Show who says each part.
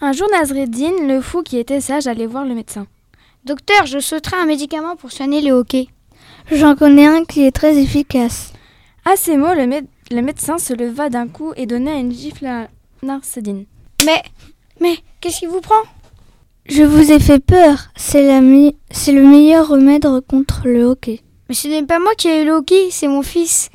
Speaker 1: Un jour, Nazreddin, le fou qui était sage, allait voir le médecin.
Speaker 2: Docteur, je souhaiterais un médicament pour soigner les hoquets.
Speaker 3: J'en connais un qui est très efficace.
Speaker 1: À ces mots, le, mé- le médecin se leva d'un coup et donna une gifle à Narcédine.
Speaker 2: Mais, mais, qu'est-ce qui vous prend
Speaker 3: Je vous ai fait peur. C'est la mi- c'est le meilleur remède contre le hockey.
Speaker 2: Mais ce n'est pas moi qui ai eu le hockey, c'est mon fils.